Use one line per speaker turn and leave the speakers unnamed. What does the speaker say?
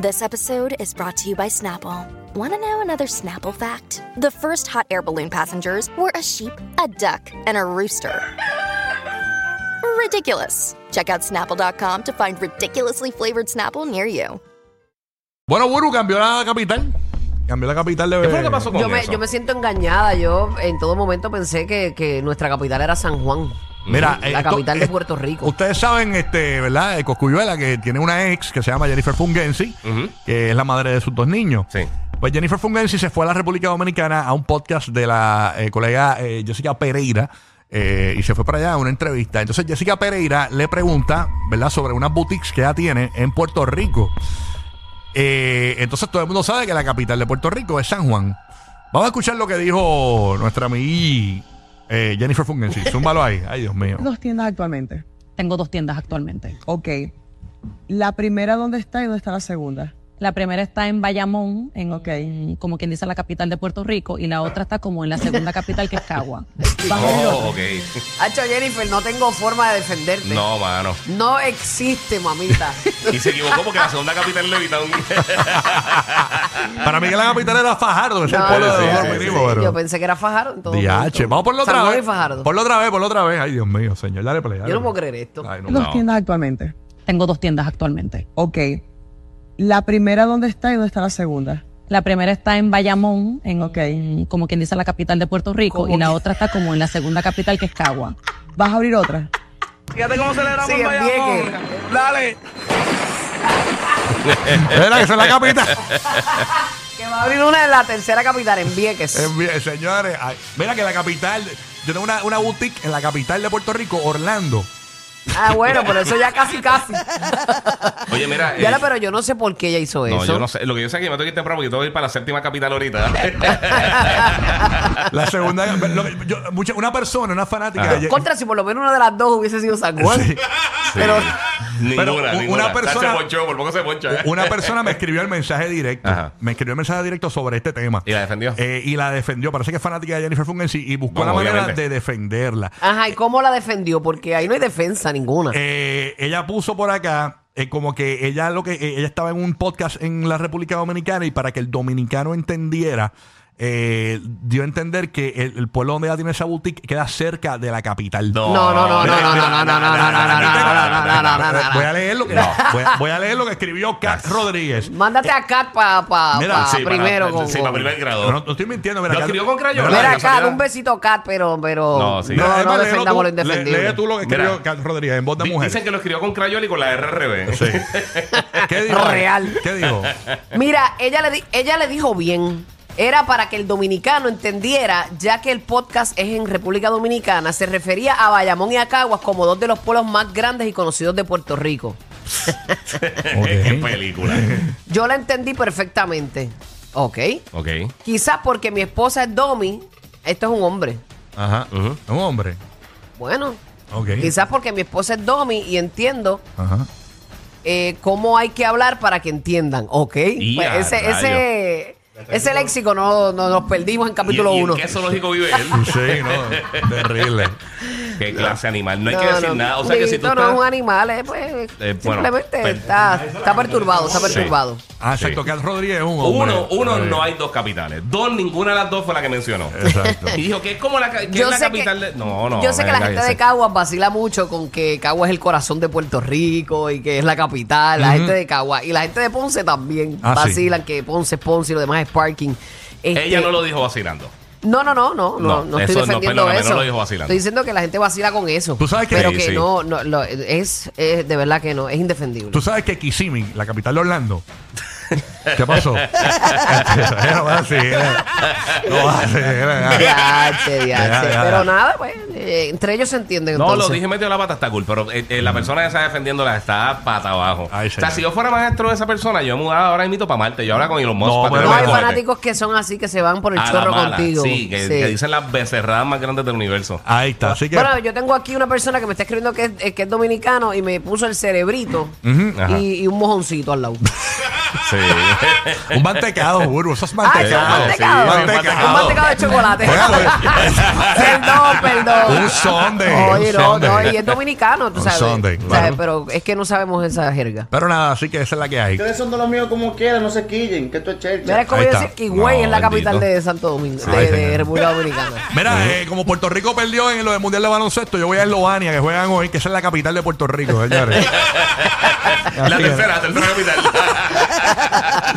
This episode is brought to you by Snapple. Want to know another Snapple fact? The first hot air balloon passengers were a sheep, a duck, and a rooster. Ridiculous. Check out snapple.com to find ridiculously flavored Snapple near you.
Bueno, Buru cambió la capital. Cambió la capital de
¿Qué fue lo que pasó con
Yo me,
eso?
yo me siento engañada. Yo en todo momento pensé que, que nuestra capital era San Juan.
Mira,
la
esto-
capital de
eh,
Puerto Rico.
Ustedes saben, este, ¿verdad? Eh, Coscuyuela, que tiene una ex que se llama Jennifer Fungensi,
Ujú.
que es la madre de sus dos niños.
Sí.
Pues Jennifer Fungensi se fue a la República Dominicana a un podcast de la eh, colega eh, Jessica Pereira eh, y se fue para allá a una entrevista. Entonces Jessica Pereira le pregunta, ¿verdad?, sobre unas boutiques que ella tiene en Puerto Rico. Eh, entonces todo el mundo sabe que la capital de Puerto Rico es San Juan. Vamos a escuchar lo que dijo nuestra amiga eh, Jennifer Fungensi. Zúmbalo ahí. Ay, Dios mío.
dos tiendas actualmente?
Tengo dos tiendas actualmente.
Ok. ¿La primera dónde está y dónde está la segunda?
La primera está en Bayamón, en,
Ok.
en, como quien dice la capital de Puerto Rico, y la otra está como en la segunda capital que es Cagua.
Oh, ok.
Hacho Jennifer, no tengo forma de defenderte.
No, mano.
No existe, mamita.
Y se equivocó porque la segunda capital le evitaron.
Para mí que la capital era Fajardo, que es el
No,
pueblo
sí,
de
sí,
Don
sí,
Hormiguero, pero-
Yo pensé que era Fajardo. en todo
DH.
momento.
Vamos por la
San
otra
Juan y
vez.
Fajardo.
Por la otra vez, por la otra vez. Ay, Dios mío, señor. Dale play. dale
Yo no puedo
play.
creer esto.
Ay, no.
Dos
No.
tiendas actualmente.
Tengo dos tiendas actualmente.
Ok. ¿La primera dónde está y dónde está la segunda?
La primera está en Bayamón, en,
Ok.
en, como quien dice la capital de Puerto Rico,
Como
y la
que-
otra está como en la segunda capital que es Cagua.
¿Vas a abrir otra?
Fíjate cómo celebramos
Sí,
en
en
Bayamón. Dale.
Era que esa es la capital.
Que va a abrir una en la tercera capital, en Vieques.
Eh, bien, Señores, ay, mira que la capital. Yo tengo una, una boutique en la capital de Puerto Rico, Orlando.
Ah, bueno, pero eso ya casi, casi.
Oye, mira. eh,
Ya, pero yo no sé por qué ella hizo
no,
eso.
yo no sé. Lo que yo sé es que me tengo que ir temprano porque tengo que ir para la séptima capital ahorita.
La segunda. lo- yo- mucha- una persona, una fanática. de-
Contra, si por lo menos una de las dos hubiese sido San Juan.
Sí.
Pero-
ninguna,
Pero una
ninguna.
persona-
Se ponchó, por poco se poncha. eh.
Una persona me escribió el mensaje directo.
Ajá.
Me escribió el mensaje directo sobre este tema.
¿Y la defendió?
Eh, y la defendió. Parece que es fanática de Jennifer Fungensi y buscó
Bueno,
la manera
obviamente.
de defenderla.
Ajá, ¿y cómo la defendió? Porque ahí no hay defensa ninguna.
Eh, ella puso por acá eh, como que ella lo que eh, ella estaba en un podcast en la República Dominicana y para que el dominicano entendiera eh, dio a entender que el, el pueblo donde ella tiene esa boutique queda cerca de la capital.
No, no, no, no, no, no, no, no, no, no, no, no, no, no, no, no, no.
Voy a leer lo que voy, a, voy a leer lo que escribió Kat Rodríguez.
Mándate a Kat para pa,
Mira,
pa
Sí, para-
Ah, primero. con-
Sí, para primer grado.
No, no estoy mintiendo, mira,
Lo
Kat-
escribió con crayola.
Mira,
Mira
Ay,
acá,
casualidad.
un besito a Kat, pero, pero
No,
no,
sí.
no,
mira, Emma, léelo
defendamos lo
Eh, tú, le-
indefendible.
lee tú lo que
Mira.
escribió Kat Rodríguez en voz de
Di-
mujer.
Dicen que lo escribió con crayola y con la R al revés.
Sí. ¿Qué dijo?
Real.
¿Qué dijo?
Mira, ella le, di- ella le dijo bien. Era para que el dominicano entendiera, ya que el podcast es en República Dominicana, se refería a Bayamón y a Caguas como dos de los pueblos más grandes y conocidos de Puerto Rico.
Qué película.
Yo la entendí perfectamente. Ok.
ok.
Quizás porque mi esposa es Domi, esto es un hombre.
Ajá.
Ujú.
Un hombre.
Bueno,
Ok.
quizás porque mi esposa es Domi y entiendo
Ajá.
eh, cómo hay que hablar para que entiendan, ¿ok?
Y
Pues
a
ese, ese, ese léxico no, no- nos perdimos en capítulo
¿Y- y en
1.
¿Qué zoológico vive él?
Sí, no, terrible.
Qué clase animal. No hay que decir nada. O sea que si tú
no es un
estás...
animal, eh, pues,
Eh, bueno,
simplemente
per-
está, está perturbado, está
Sí.
perturbado.
Ah, exacto, Kat Rodríguez es un hombre.
Uno, uno
Sí.
no hay dos capitales. Dos, ninguna de las dos fue la que mencionó.
Exacto.
Y dijo que es como la, ca- que es la capital de... No, no.
yo sé que la
venga,
gente
ya
de
sé.
Caguas vacila mucho con que Caguas es el corazón de Puerto Rico y que es la capital, la gente de Caguas. Y la gente de Ponce también
Ah, sí.
vacilan que Ponce es Ponce y lo demás es parking. Este,
Ella no lo dijo vacilando.
No, no, no,
No,
no, no, no estoy
eso no,
defendiendo
perdóname, no
eso.
lo dijo vacilando.
Estoy diciendo que la gente vacila con eso.
Tú sabes que-
pero
Sí,
que
sí.
no, no lo- es, es de verdad que no, es indefendible.
Tú sabes que Kissimmee, la capital de Orlando. ¿Qué pasó? Era más así, era- no, así, era-
Diache, diache.
Ya, ya,
Pero
ya.
nada, pues, eh, entre ellos se entienden.
No, lo
entonces.
dije metido la pata, está cool, pero eh, eh, la persona que está defendiéndola está pata abajo.
Ay,
o sea,
señor.
si yo fuera maestro de esa persona, yo me mudaba ahora invito para Marte, yo ahora con Elon Musk.
No,
para
pero
No,
tener
hay
Pero
cohete.
fanáticos que son así, que se van por el
A la
chorro
mala,
contigo.
Sí, que,
Sí.
que dicen las becerradas más grandes del universo.
Ahí está, así que.
Bueno, yo tengo aquí una persona que me está escribiendo que es, eh, que es dominicano y me puso el cerebrito
ajá.
y, y un mojoncito al lado.
Sí.
Un mantecado, burro. Eso es
Ay, Ah, eso es un
mantecado.
mantecado.
sí,
Un mantecado de chocolate.
Bueno, pues.
perdón, perdón.
Un Sunday,
Oye,
un
no,
Sunday.
no, y es dominicano, tú
Un
sabes.
Sunday,
O sea,
claro.
Pero es que no sabemos esa jerga.
Pero nada, así que esa es la que hay.
Ustedes son de los míos como quieran, no se quillen, que esto es
Mira
chelcha.
cómo
Ahí
yo
está.
decir que Higüey
No,
es la capital
bendito.
de Santo Domingo, de-
Ay,
de,
señor.
República Dominicana.
Mira, eh, como Puerto Rico perdió en lo del Mundial de Baloncesto, yo voy a Eslovenia, que juegan hoy, que esa es la capital de Puerto Rico, señores.
La tercera, la tercera capital.